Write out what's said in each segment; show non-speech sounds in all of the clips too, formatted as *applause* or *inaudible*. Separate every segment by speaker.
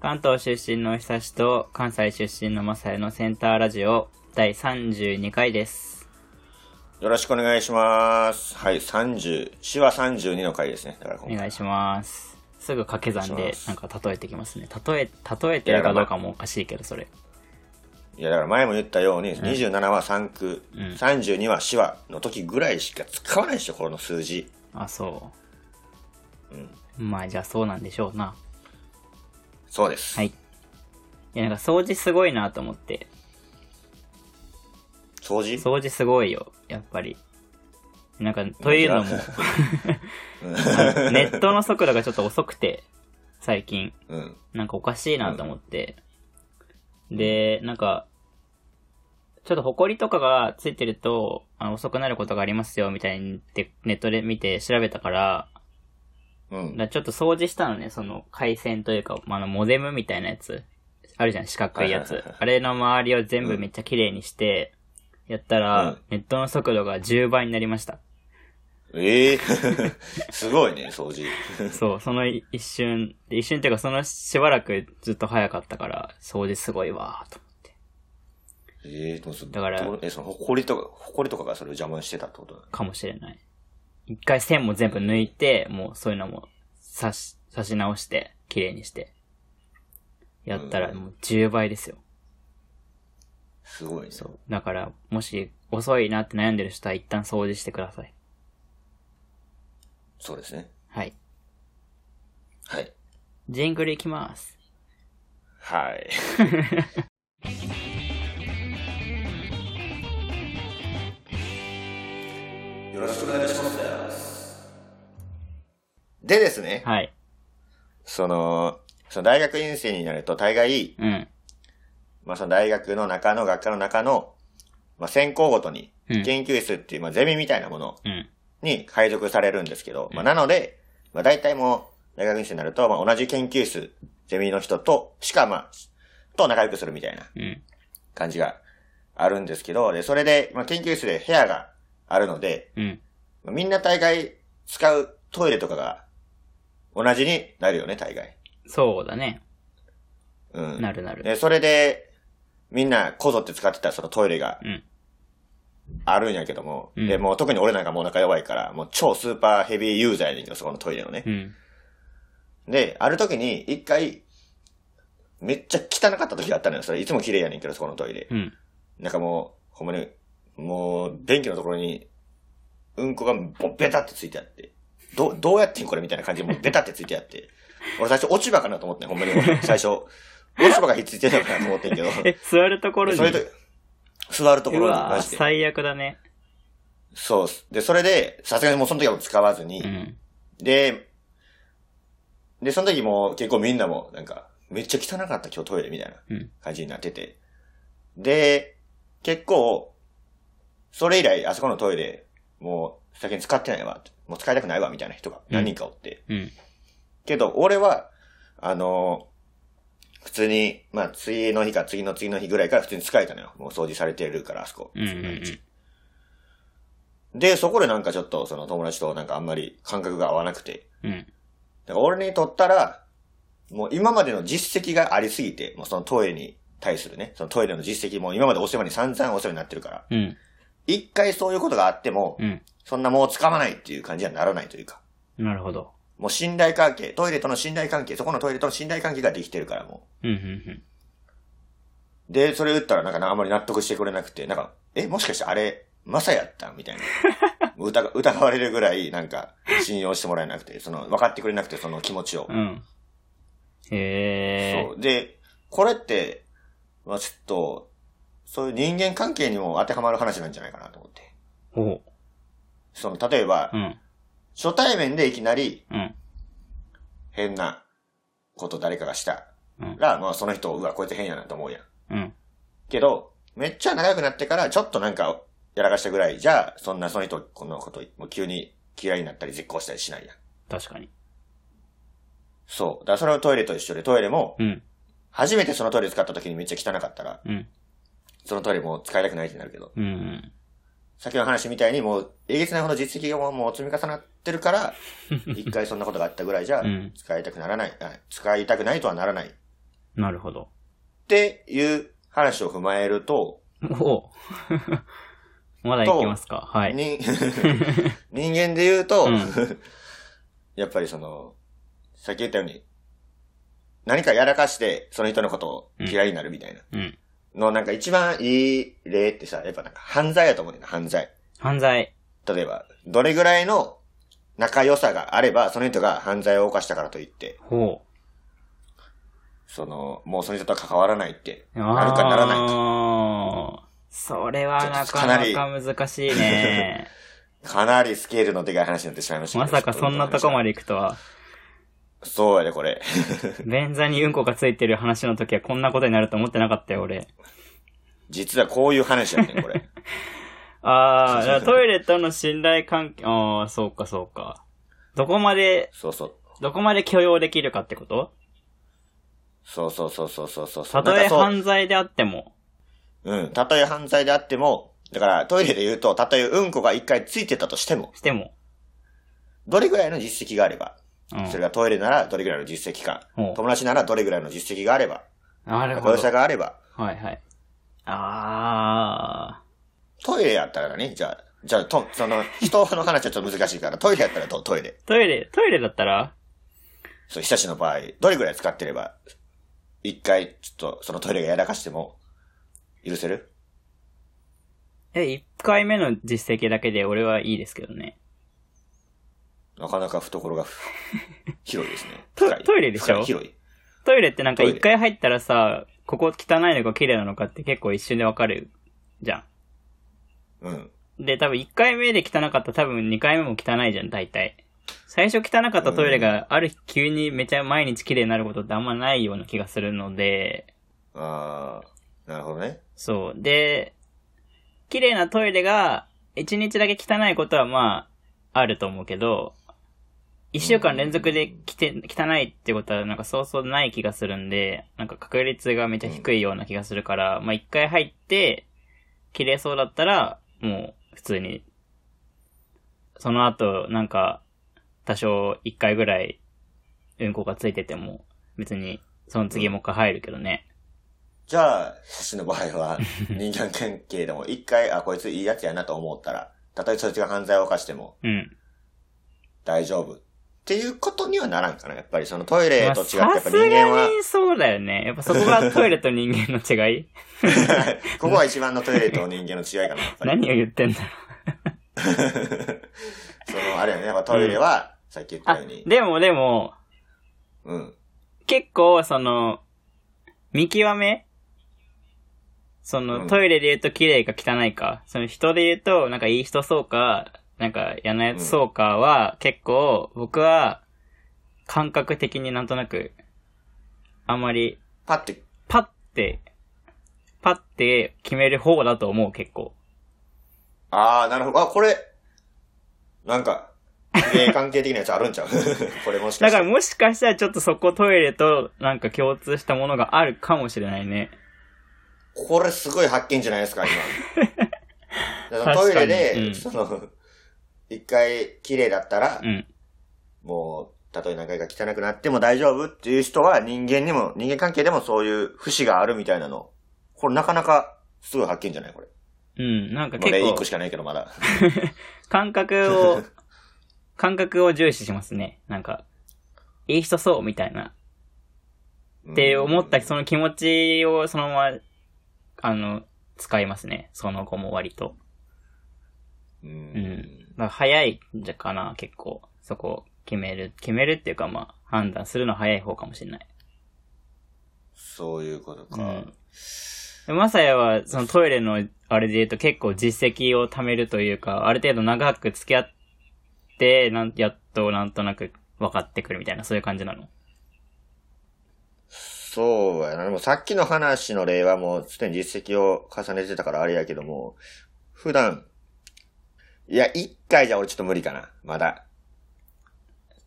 Speaker 1: 関東出身の久しと関西出身のマサイのセンターラジオ第32回です。
Speaker 2: よろしくお願いします。はい、30、市は32の回ですね。だから
Speaker 1: お
Speaker 2: 今回
Speaker 1: 願いします。すぐ掛け算
Speaker 2: お願い
Speaker 1: で
Speaker 2: します
Speaker 1: なんか例えてきますね。例え、例えてるかどうかもおかしいけど、それ。
Speaker 2: いや、だから前も言ったように、27は3区、32は市はの時ぐらいしか使わないでしょ、この数字。
Speaker 1: あ、そう。まあ、じゃあそうなんでしょうな。
Speaker 2: そうです。
Speaker 1: はい。いや、なんか掃除すごいなと思って。
Speaker 2: 掃除
Speaker 1: 掃除すごいよ、やっぱり。なんか、というのも、 *laughs*
Speaker 2: *laughs*
Speaker 1: ネットの速度がちょっと遅くて、最近。
Speaker 2: うん。
Speaker 1: なんかおかしいなと思って。で、なんか、ちょっと埃とかがついてると、あの遅くなることがありますよ、みたいにってネットで見て調べたから、
Speaker 2: う
Speaker 1: だ
Speaker 2: ん。
Speaker 1: からちょっと掃除したのね、その回線というか、まあ、あの、モデムみたいなやつ。あるじゃん、四角いや
Speaker 2: はい
Speaker 1: つ
Speaker 2: はいはい。
Speaker 1: あれの周りを全部めっちゃ綺麗にして、やったら、
Speaker 2: うん
Speaker 1: ネットの速度が10倍になりま
Speaker 2: *laughs*
Speaker 1: した。
Speaker 2: ええ *laughs* すごいね、掃除。
Speaker 1: そう、その一瞬、一瞬っていうかそのしばらくずっと早かったから、掃除すごいわーと。
Speaker 2: ええでもそ
Speaker 1: だから
Speaker 2: どうえ、その、埃とか、埃とかがそれを邪魔してたってことなの
Speaker 1: かもしれない。一回線も全部抜いて、もうそういうのも刺し、刺し直して、綺麗にして。やったら
Speaker 2: うん
Speaker 1: もう10倍ですよ。
Speaker 2: すごいね。
Speaker 1: だから、もし遅いなって悩んでる人は一旦掃除してください。
Speaker 2: そうですね。
Speaker 1: はい。
Speaker 2: はい。
Speaker 1: ジングルいきます。
Speaker 2: はい。 *laughs* よろしくお願いします。でですね、
Speaker 1: はい。
Speaker 2: その、その大学院生になると大概、
Speaker 1: うん。
Speaker 2: まあその大学の中の学科の中の、まあ専攻ごとに、
Speaker 1: うん
Speaker 2: 研究室っていう、まあゼミみたいなもの
Speaker 1: うん。
Speaker 2: に配属されるんですけど、まあなので、まあ大体もう大学院生になると、まあ同じ研究室、ゼミの人と、しかまあ、と仲良くするみたいな
Speaker 1: うん。
Speaker 2: 感じがあるんですけど、で、それで、まあ、研究室で部屋があるので、
Speaker 1: うん。
Speaker 2: まあみんな大概使うトイレとかが同じになるよね、大概。
Speaker 1: そうだね。
Speaker 2: うん。
Speaker 1: なるなる。
Speaker 2: で、それで、みんなこぞって使ってたそのトイレが
Speaker 1: うん。
Speaker 2: あるんやけども、
Speaker 1: うん
Speaker 2: で、もう特に俺なんかもうお腹弱いから、もう超スーパーヘビーユーザーやねんけど、そこのトイレのね
Speaker 1: う。ん。
Speaker 2: で、ある時に一回、めっちゃ汚かった時があったのよ。それいつも綺麗やねんけど、そこのトイレ。
Speaker 1: うん。
Speaker 2: なんかもう、ほんまに、もう、便器のところに、うんこがぼベタってついてあって、ど、どうやってんこれみたいな感じで、もうベタってついてあって、 *laughs* 俺最初落ち葉かなと思ってんほんま
Speaker 1: *laughs*
Speaker 2: に俺最初、落ち葉がひっついてるのかなと思ってんけど、
Speaker 1: え、座るところに。
Speaker 2: それと、座るとこ
Speaker 1: う
Speaker 2: ろに
Speaker 1: わ
Speaker 2: 関
Speaker 1: ー
Speaker 2: して、
Speaker 1: 最悪だね。
Speaker 2: そうっす。で、それで、さすがにもうその時はもう使わずに、
Speaker 1: うん。
Speaker 2: で、で、その時も結構みんなも、なんか、めっちゃ汚かった今日トイレみたいな
Speaker 1: うん
Speaker 2: 感じになってて。で、結構、それ以来あそこのトイレ、もう先に使ってないわ、もう使いたくないわ、みたいな人が何人かおって。
Speaker 1: うん。
Speaker 2: けど、俺は、あの普通に、まあ、次の日か次の次の日ぐらいから普通に使えたのよ。もう掃除されてるから、あそこ。
Speaker 1: うんうんうん
Speaker 2: で、そこでなんかちょっと、その友達となんかあんまり感覚が合わなくて。
Speaker 1: うん。
Speaker 2: だから俺にとったら、もう今までの実績がありすぎて、もうそのトイレに対するね、そのトイレの実績も今までお世話に散々お世話になってるから、
Speaker 1: うん。
Speaker 2: 一回そういうことがあっても、
Speaker 1: うん。
Speaker 2: そんなもう掴まないっていう感じにはならないというか、
Speaker 1: なるほど。
Speaker 2: もう信頼関係、トイレとの信頼関係、そこのトイレとの信頼関係ができてるからも
Speaker 1: うん。うん。
Speaker 2: う。で、それ打ったらなんかあんまり納得してくれなくて、なんか、え、もしかしてあれ、マサやったんみたいな。疑疑われるぐらい、なんか、信用してもらえなくて、その、分かってくれなくて、その気持ちを。
Speaker 1: うん。うん。へー。
Speaker 2: そう。で、これって、まあちょっと、そういう人間関係にも当てはまる話なんじゃないかなと思って。
Speaker 1: ほ
Speaker 2: その、例えば、
Speaker 1: う。うん。
Speaker 2: 初対面でいきなり
Speaker 1: うん。
Speaker 2: 変なこと誰かがした
Speaker 1: うん。
Speaker 2: ら、まあその人、うわ、こいつ変やなと思うやん。
Speaker 1: うん。
Speaker 2: けど、めっちゃ仲良くなってから、ちょっとなんか、やらかしたぐらいじゃ、そんなその人、このこと、もう急に嫌いになったり絶交したりしないやん。
Speaker 1: 確かに。
Speaker 2: そう。だからそれをトイレと一緒で、トイレも、
Speaker 1: うん。
Speaker 2: 初めてそのトイレ使った時にめっちゃ汚かったら、
Speaker 1: うん。
Speaker 2: そのトイレもう使いたくないってなるけど。
Speaker 1: うんうん。
Speaker 2: 先の話みたいにもう、えげつないほど実績がもうもう積み重なってる
Speaker 1: *laughs*
Speaker 2: から、一回そんなことがあったぐらいじゃ
Speaker 1: うん、
Speaker 2: 使いたくならない、あ使いたくないとはならない
Speaker 1: なるほど。
Speaker 2: っていう話を踏まえると、
Speaker 1: おぉ。 *laughs* まだいきますかはい。
Speaker 2: 人 *laughs* 人間で言うと、
Speaker 1: うん
Speaker 2: *laughs* やっぱりその、さっき言ったように、何かやらかして、その人のことを嫌いになるみたいな。
Speaker 1: うん。
Speaker 2: の、なんか一番いい例ってさ、やっぱなんか犯罪やと思うねんな、犯罪。
Speaker 1: 犯罪。
Speaker 2: 例えば、どれぐらいの仲良さがあれば、その人が犯罪を犯したからといって、
Speaker 1: ほ
Speaker 2: その、もうその人とは関わらないって、
Speaker 1: う。
Speaker 2: なるかならないか。
Speaker 1: あーそれはなかなか難しい *laughs* ね。
Speaker 2: かなりスケールのでかい話になってしまいましたけど。
Speaker 1: まさかそんなとこま
Speaker 2: で。
Speaker 1: で行くとは。
Speaker 2: そうやで、これ。
Speaker 1: 便座にうんこがついてる話の時はこんなことになると思ってなかったよ、俺。
Speaker 2: 実はこういう話やねん、
Speaker 1: *laughs*
Speaker 2: これ。
Speaker 1: ああ、だからトイレとの信頼関係、ああ、そうかそうか。どこまで、
Speaker 2: そうそう。
Speaker 1: どこまで許容できるかってこと
Speaker 2: そうそうそうそうそうそう。
Speaker 1: たとえ
Speaker 2: なんか
Speaker 1: 犯罪であっても。
Speaker 2: そううん。たとえ犯罪であっても、だからトイレで言うと、たとえうんこが一回ついてたとしても、
Speaker 1: しても。
Speaker 2: どれぐらいの実績があれば、
Speaker 1: うん。
Speaker 2: それがトイレならどれぐらいの実績か、
Speaker 1: ほう
Speaker 2: 友達ならどれぐらいの実績があれば、
Speaker 1: なる
Speaker 2: 仲
Speaker 1: ほ
Speaker 2: 良
Speaker 1: ど。
Speaker 2: さがあれば、
Speaker 1: はいはい。あ
Speaker 2: トイレやったらね、じゃあ、じゃあ、と、その、人の話はちょっと難しい
Speaker 1: *laughs*
Speaker 2: から、トイレやったらどうトイレ。
Speaker 1: ー。トイレ、トイレだったら
Speaker 2: そう、久しの場合、どれぐらい使ってれば、一回、ちょっと、そのトイレがやらかしても、許せる
Speaker 1: え、1回目の実績だけで俺はいいですけどね。
Speaker 2: なかなか懐が広いですね。
Speaker 1: *laughs* ト
Speaker 2: 深い
Speaker 1: トイレでしょ
Speaker 2: 深い広い。
Speaker 1: トイレってなんか
Speaker 2: トイレ
Speaker 1: 1回入ったらさ、ここ汚いのか綺麗なのかって結構一瞬でわかるじゃ
Speaker 2: うん。
Speaker 1: ん。で、多分1回目で汚かったら多分2回目も汚いじゃん、大体。最初汚かったトイレがある日急にめちゃ毎日綺麗になることってあんまないような気がするので、
Speaker 2: あー、なるほどね。
Speaker 1: そう。で、綺麗なトイレが、一日だけ汚いことはまあ、あると思うけど、一週間連続できて汚いってことはなんかそうそうない気がするんで、なんか確率がめちゃ低いような気がするから、まあ一回入って、綺麗そうだったら、もう普通に、その後なんか、多少一回ぐらい、うんこがついてても、別に、その次もう一回入るけどね。
Speaker 2: じゃあ、久しの場合
Speaker 1: *laughs*
Speaker 2: は、人間関係でも一回、あ、こいついいやつやなと思ったら、たとえそいつが犯罪を犯しても
Speaker 1: うん。
Speaker 2: 大丈夫。っていうことにはならんかな。やっぱりそのトイレ
Speaker 1: まあ
Speaker 2: と違
Speaker 1: さ
Speaker 2: って、
Speaker 1: す
Speaker 2: や
Speaker 1: が
Speaker 2: っぱ人間は、
Speaker 1: にそうだよね。やっぱそこがトイレと人間の違い
Speaker 2: ここは一番のトイレと人間の違いかな、やっぱり。
Speaker 1: *laughs* 何を言ってんだろう。
Speaker 2: その、あれやね、やっぱトイレは、さっき言った
Speaker 1: あ
Speaker 2: よう、に、
Speaker 1: でもでも、
Speaker 2: うん。
Speaker 1: 結構その、見極めそうの、
Speaker 2: ん
Speaker 1: トイレで言うと綺麗か汚いか、その人で言うと、なんかいい人そうか、なんか嫌なやつそうかは、結構僕は、感覚的になんとなく、あんまり、
Speaker 2: パッて、
Speaker 1: パッて、パッて決める方だと思う、結構。
Speaker 2: あー、なるほど。あ、これ、なんか、ええ関係的なやつあるんちゃう *laughs* これもしか
Speaker 1: だ
Speaker 2: し
Speaker 1: から
Speaker 2: て。
Speaker 1: もしかしたらちょっとそこトイレとなんか共通したものがあるかもしれないね。
Speaker 2: これすごい発見じゃないですか、
Speaker 1: *laughs*
Speaker 2: 今。だから
Speaker 1: 確かに
Speaker 2: トイレで、
Speaker 1: うん
Speaker 2: その、一回綺麗だったら、
Speaker 1: うん。
Speaker 2: もう、たとえ何回か汚くなっても大丈夫っていう人は人間にも、人間関係でもそういう節があるみたいなの。これなかなか、すごい発見じゃないこれ。
Speaker 1: うん。なんか
Speaker 2: まあ、
Speaker 1: 結
Speaker 2: 例一個
Speaker 1: 構
Speaker 2: しかないけど、まだ。
Speaker 1: 感覚を、 *laughs* 感覚を重視しますね。なんか、いい人そうみたいな。って思ったその気持ちをそのまま、あの、使いますね。その子も割と。
Speaker 2: うん。
Speaker 1: うだから早いんじゃかな、結構。そこを決める。決めるっていうかまあ、判断するの早い方かもしれない。
Speaker 2: そういうことか。
Speaker 1: うんまさやは、そのトイレの、あれで言うと結構実績を貯めるというか、ある程度長く付き合って、なんやっとなんとなく分かってくるみたいな、そういう感じなの。
Speaker 2: そうやな。でもさっきの話の例はもうすでに実績を重ねてたからあれやけども、普段、いや、一回じゃ俺ちょっと無理かな。まだ。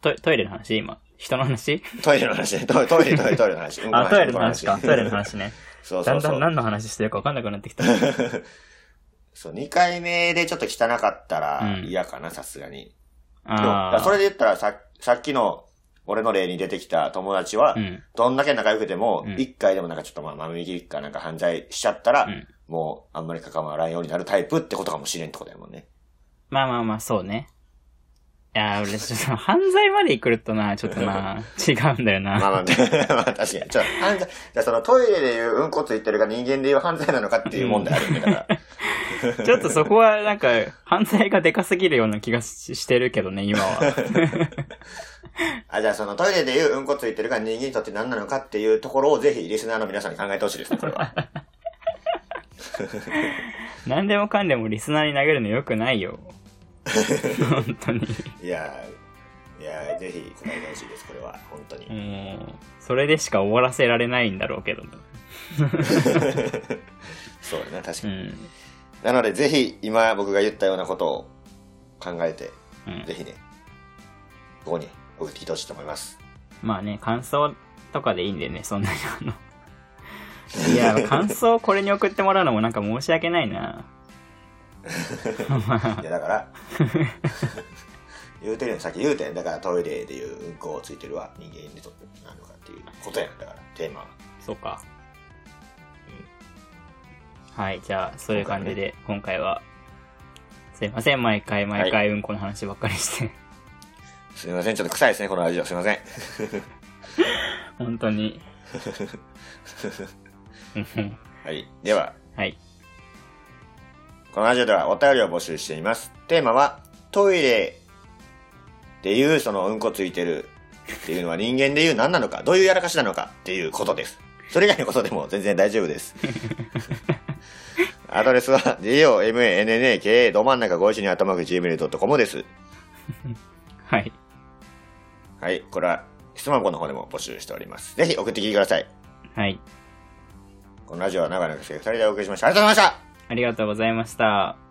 Speaker 1: トイトイレの話今。人の話
Speaker 2: トイレの話ね。トイトイレ、トイレ、トイレの話。うん
Speaker 1: *laughs*
Speaker 2: こ
Speaker 1: あ、トイレの話
Speaker 2: う
Speaker 1: か。
Speaker 2: んこ
Speaker 1: トイレの話ね。
Speaker 2: そ
Speaker 1: だ
Speaker 2: うそ
Speaker 1: ん
Speaker 2: う
Speaker 1: だ
Speaker 2: そ
Speaker 1: ん
Speaker 2: う。
Speaker 1: 何の話してるか分かんなくなってき
Speaker 2: *laughs*
Speaker 1: た。
Speaker 2: そう、二回目でちょっと汚かったら
Speaker 1: うん
Speaker 2: 嫌かな、さすがに。でもだか
Speaker 1: あ
Speaker 2: らそれ
Speaker 1: あ。
Speaker 2: で言ったらさ、さっきの俺の例に出てきた友達は
Speaker 1: う、ん。
Speaker 2: どんだけ仲良くても
Speaker 1: うん、
Speaker 2: 一回でもなんかちょっとまあ、豆引きかなんか犯罪しちゃったら
Speaker 1: うん、
Speaker 2: もうあんまり関わらんようになるタイプってことかもしれんってことやもんね。
Speaker 1: まあまあまあ、そうね。いやー、俺、ちょっと、犯罪まで来るとな、ちょっと
Speaker 2: *laughs*
Speaker 1: な、違うんだよ
Speaker 2: ま
Speaker 1: な。
Speaker 2: あまあ、
Speaker 1: *laughs*
Speaker 2: まあ確かに。ちょっと犯罪、じゃあそのトイレでいううんこついてるが人間でいう犯罪なのかっていう問題あるんだから。
Speaker 1: *laughs* ちょっとそこは、なんか、犯罪がでかすぎるような気がししてるけどね、今は。
Speaker 2: あ、じゃあそのトイレでいううんこついてるが人間にとって何なのかっていうところをぜひリスナーの皆さんに考えてほしいですね、これ
Speaker 1: *laughs*
Speaker 2: は。
Speaker 1: 何でもかんでもリスナーに投げるの良くないよ。本当に。
Speaker 2: いやー、いやーぜひ答えてほしいです、これは。本当に。
Speaker 1: もう、それでしか終わらせられないんだろうけどね。
Speaker 2: そうだね、確
Speaker 1: う
Speaker 2: かに。
Speaker 1: ん。
Speaker 2: なのでぜひ今僕が言ったようなことを考えて、
Speaker 1: うん
Speaker 2: ぜ。ひね、ここに送ってきてほしいと思い
Speaker 1: *laughs*
Speaker 2: ます。
Speaker 1: まあね、感想とかでいいんでね、そんなにあの。いや、感想をこれに送ってもらうのもなんか申し訳ないな。
Speaker 2: いや、だ
Speaker 1: *laughs*
Speaker 2: から、言うてるやん、さっき言うてん。だからトイレでいううんこをついてるは人間にとって何なのかっていうことやん。だから、テーマは。
Speaker 1: そうか。はい、じゃあ、そういう感じで、今回は、すいません、毎回毎
Speaker 2: は
Speaker 1: 回うんこの話ばっかりして。
Speaker 2: すみません、ちょっと臭いですね、このラジオ。すみません。
Speaker 1: 本当 *laughs* に。うん
Speaker 2: はい。では、
Speaker 1: はい。
Speaker 2: このラジオではお便りを募集しています。テーマは、トイレでいう、そのうんこついてるっていうのは人間でいう何なのか、どういうやらかしなのかっていうことです。それ以外のことでも全然大丈夫です。アドレスは domanaka ど真ん中51に頭く gmail.com です。
Speaker 1: はい。
Speaker 2: はい。これは質問箱の方でも募集しております。ぜひ送ってきてください。
Speaker 1: はい。
Speaker 2: このラジオは長野学生2人でお送りしました。ありがとうございました
Speaker 1: ありがとうございました。